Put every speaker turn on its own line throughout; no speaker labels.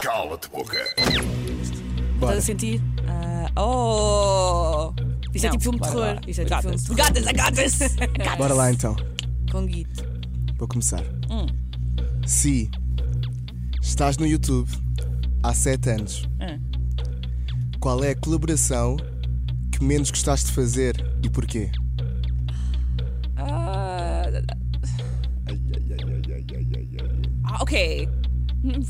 Cala-te boca.
Estás a sentir? Ah, oh! Isto é
Não,
tipo filme de
bora
terror.
lá.
Isto é tipo filme
Gatas.
de terror. Gatas, ah, gatas!
Bora lá então.
Com guito.
Vou começar. Se estás no YouTube há 7 anos,
Ah.
qual é a colaboração que menos gostaste de fazer e porquê?
Ah, ah, ok.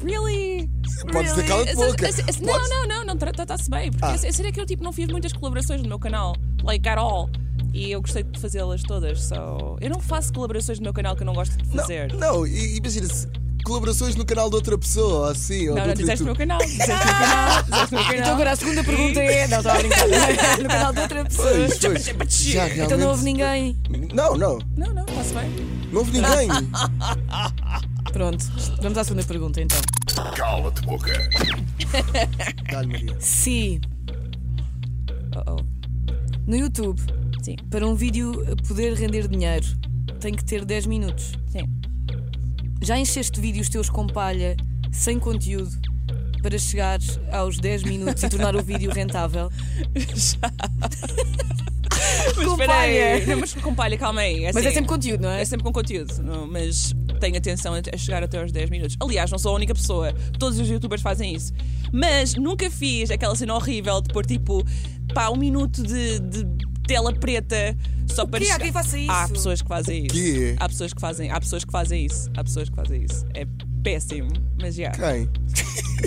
Really?
Podes dizer cala-te
Essas-
boca.
essas- essas-
Podes- Ah.
Não, não, não, não, está-se bem. Porque eu seria que eu tipo, não fiz muitas colaborações no meu canal, like at all. E eu gostei de fazê-las todas. So... Eu não faço colaborações no meu canal que eu não gosto de fazer.
Não, não i- imagina-se. Colaborações no canal de outra pessoa, ou assim, ou
Não,
do
não
outro
disseste o meu
YouTube.
canal. Disseste o meu canal. Disseste o meu canal.
Então agora a segunda pergunta é. Não, estava a brincar. No canal de outra pessoa.
Pois, pois. Já
Então não houve
realmente-
ninguém.
Não, não.
Não, não, está-se bem.
Não houve ninguém.
Pronto, vamos à segunda pergunta então.
Cala-te boca.
Dá-lhe, Maria.
Se
Oh, oh.
no YouTube,
Sim.
para um vídeo poder render dinheiro, tem que ter 10 minutos.
Sim.
Já encheste vídeos teus com palha, sem conteúdo, para chegar aos 10 minutos e tornar o vídeo rentável?
Mas
Com
espera aí.
palha.
Não, mas com palha, calma aí.
Mas é
assim,
sempre conteúdo, não é?
É sempre com conteúdo, não- mas tenho atenção a a chegar até aos 10 minutos. Aliás, não sou a única pessoa, todos os youtubers fazem isso. Mas nunca fiz aquela cena horrível de pôr tipo, pá, um minuto de, de tela preta só para
quê? Há
chegar-
quem faça isso?
Há pessoas que fazem isso.
quê?
Há pessoas que fazem, há pessoas que fazem isso. Há pessoas que fazem isso. É péssimo, mas já.
Quem?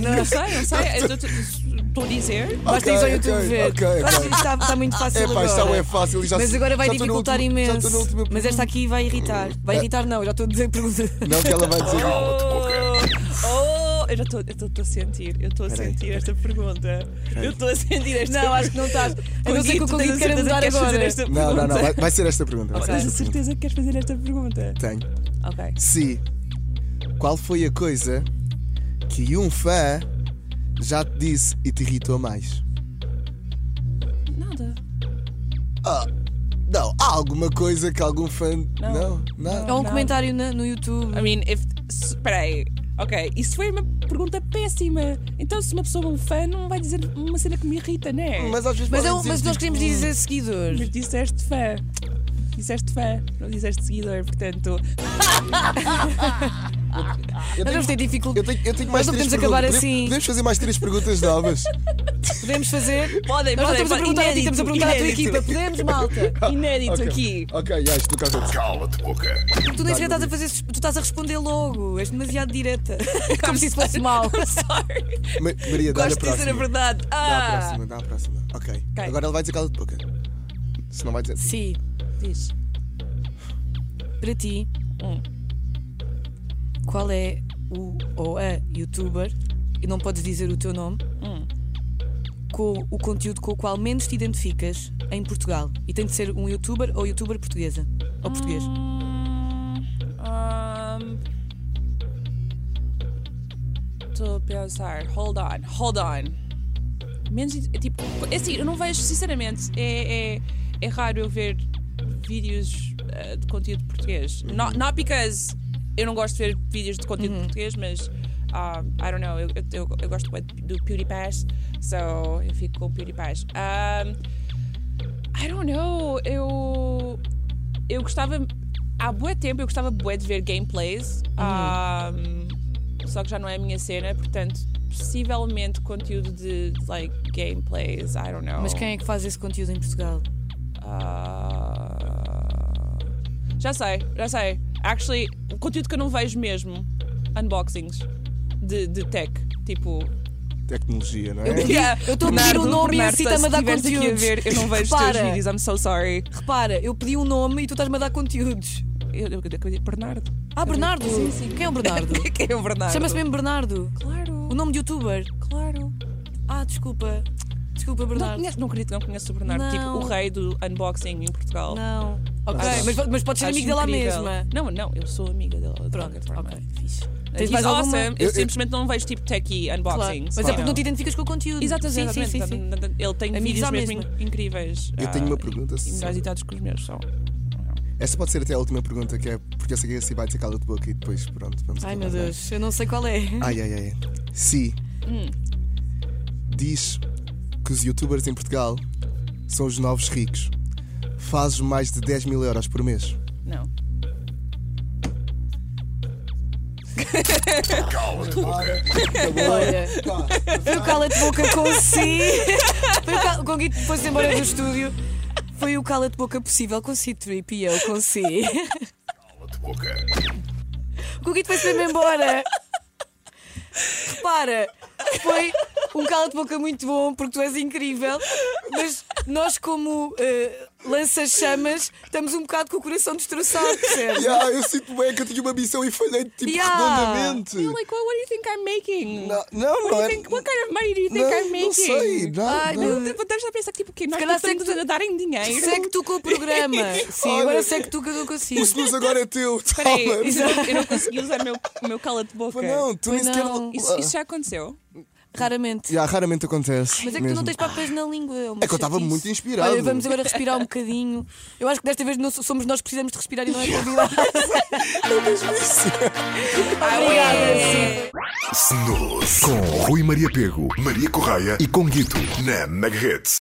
Não, sei, não sei. eu tô- Estou a dizer.
Basta
Ok,
ir ao YouTube
ok,
ver.
ok, ok.
Acho que Está, está muito fácil
É pá,
agora.
isto não é fácil. e Já,
Mas agora vai
já estou na
dificultar
última- Já
imenso.
estou na última
Mas esta aqui vai irritar. Vai irritar, não, já estou a dizer pergunta.
Não, que ela vai dizer.
Cala-te boca.
Oh, eu estou a sentir, eu estou a
Peraí,
sentir esta pergunta. Eu estou a sentir esta
Não, acho que não estás. Eu não sei o que o
Conguito,
Conguito quer
tens a certeza
mudar
que queres fazer
agora.
esta
Não, não, não.
pergunta?
Vai, vai ser esta pergunta. vai ser
Tens a
esta pergunta.
certeza que queres fazer esta pergunta?
Tenho.
Ok.
Se qual foi a coisa que um fã já te disse e te irritou mais?
Nada.
Ah, não, há alguma coisa que algum fã. Não, não.
Há
Não.
um comentário na- no YouTube.
I mean, if. Espera aí. Ok, isso foi uma pergunta péssima. Então, se uma pessoa é um fã, não vai dizer uma cena que me irrita, não é?
Mas às vezes
Mas, é
podem
um-
dizer,
mas nós
tipo,
queremos dizer seguidores.
Mas disseste fã. Disseste fã, não disseste seguidor, portanto.
Eu tenho,
Nós vamos ter
eu
dificuldade.
tenho, eu tenho
Nós
mais
não
três
podemos acabar
perguntas.
assim.
Podemos, podemos fazer mais três perguntas novas.
Podemos fazer.
Podem,
Nós não
podem,
estamos a
podem.
perguntar a ti,
Inédito,
estamos a perguntar à tua
inédito.
equipa. Podemos, malta?
Inédito
Ok.
aqui.
Ok, já, isto nunca aconteceu.
Cala-te boca.
Porque tu nem sequer estás a fazer. Tu estás a responder logo. És demasiado direta. Como se isso fosse mal.
Sorry.
é- Ma- Maria, dá-lhe a
Gosto de dizer a
próxima.
verdade.
Dá a
Ah!
próxima, dá a próxima. Ok.
Ok.
Agora ele vai dizer cala de boca. Se não vai dizer.
Sim.
Diz.
Para ti,
Hum.
qual é o ou a youtuber, e não podes dizer o teu nome, um,
Hum.
com o conteúdo com o qual menos te identificas em Portugal? E tem de ser um youtuber ou youtuber portuguesa? Ou português?
Hum. Estou a pensar. Hold on, hold on. Menos. é Tipo, é assim, eu não vejo, sinceramente, é, é, é raro eu ver vídeos eh, de conteúdo português. Not, not because eu não gosto de ver vídeos de conteúdo português, mas. ah, I don't know, eu, eu, eu, eu gosto bué do PewDiePie, so eu fico com o PewDiePie. Um, I don't know, eu eu gostava há bué tempo eu gostava bué de ver gameplays
Uhum.
ahm, só que já não é a minha cena portanto possivelmente conteúdo de like gameplays I don't know
Mas quem é que faz esse conteúdo em Portugal?
Ah, já sei já sei actually o conteúdo que eu não vejo mesmo unboxings de, de tech tipo
Tecnologia, não é?
Yeah,
eu tô a pedir
Bernardo,
o nome e
Bernardo,
incita-me a dar
se tiveres aqui
conteúdos.
ver, eu não vejo os teus
Repara.
vídeos I'm so sorry
Repara, eu pedi um nome e tu estás-me a dar conteúdos.
eu, eu, eu, Bernardo
Ah, Bernardo!
Sim, sim.
Quem é o Bernardo?
quem é o Bernardo?
Chama-se mesmo Bernardo.
claro
O nome de youtuber.
Claro.
Ah, desculpa. Desculpa,
Não,
Bernardo.
conheço, não acredito que não conheço o Bernardo.
Não.
Tipo, o rei do unboxing em Portugal.
Não. Ok,
Acho-
mas, mas podes ser
Acho
amigo dela
incrível.
mesma.
Não, não, eu sou amiga dela. de
Pronto,
qualquer forma.
ok, fixe.
Tens
mais
awesome.
alguma?
Eu,
Eu- eu-
simplesmente não vejo tipo techie
Claro.
unboxings.
Mas é porque não te identificas com o conteúdo.
Exato,
Sim,
exatamente.
Sim, sim, sim.
Ele tem
Amigos
vídeos
à
mesmo
mesma.
in- incríveis.
Eu
ah,
tenho uma pergunta,
E
se-
melhores idades que os meus são.
Esta pode ser até a última pergunta, que é porque eu sei que assim vai dizer cala de boca e depois pronto, vamos
Ai
acabar,
meu
não é?
Deus, eu não sei qual é.
Ai, ai, ai. Se Diz que os youtubers em Portugal são os novos ricos. Fazes mais de 10 mil euros por mês.
Não.
Cala-te boca.
Olha, foi o cala-te boca com si. Foi o cal... Com Gui depois embora do estúdio. Foi o cala-te boca possível com si, Trip e eu com si.
Cala-te boca.
Com o Gui depois foi-me embora. Repara, foi um cala-te boca muito bom porque tu és incrível. Mas nós, como eh, lança-chamas, estamos um bocado com o coração destroçado, percebes?
Yeah, eu sinto bem que eu tinha uma missão e falhei tipo
Yeah. é
redondamente.
You're like, what, what do you think I'm making?
Não, não,
What,
não
do you
é.
think, what kind of money do you think
Não,
I'm making?
não sei. Não,
Ai,
não.
meu
Eu devo- Deves estar a pensar que tipo, que nós
calhar sei
estamos
que tu-
a dar em dinheiro.
Sei que tu com o programa. Sim,
Olha.
agora sei que tu que eu não
O
consigo.
SNUS agora é teu. Toma.
Peraí, isso eu, não- eu não consegui usar o meu, o meu cala-te boca.
Pô, Não, tu nem
Pois
sequer.
não.
Isso, isso já aconteceu?
Raramente.
Já, raramente acontece.
Mas é que tu
mesmo.
não tens papéis na língua. uma
É que eu estava
chatice.
muito inspirado.
Olha, vamos agora respirar um bocadinho. Eu acho que desta vez não so- somos nós que precisamos de respirar e não é convidado.
Snooze. Com Rui Maria Pego, Maria Correia e Conguito. Na Mega Hits.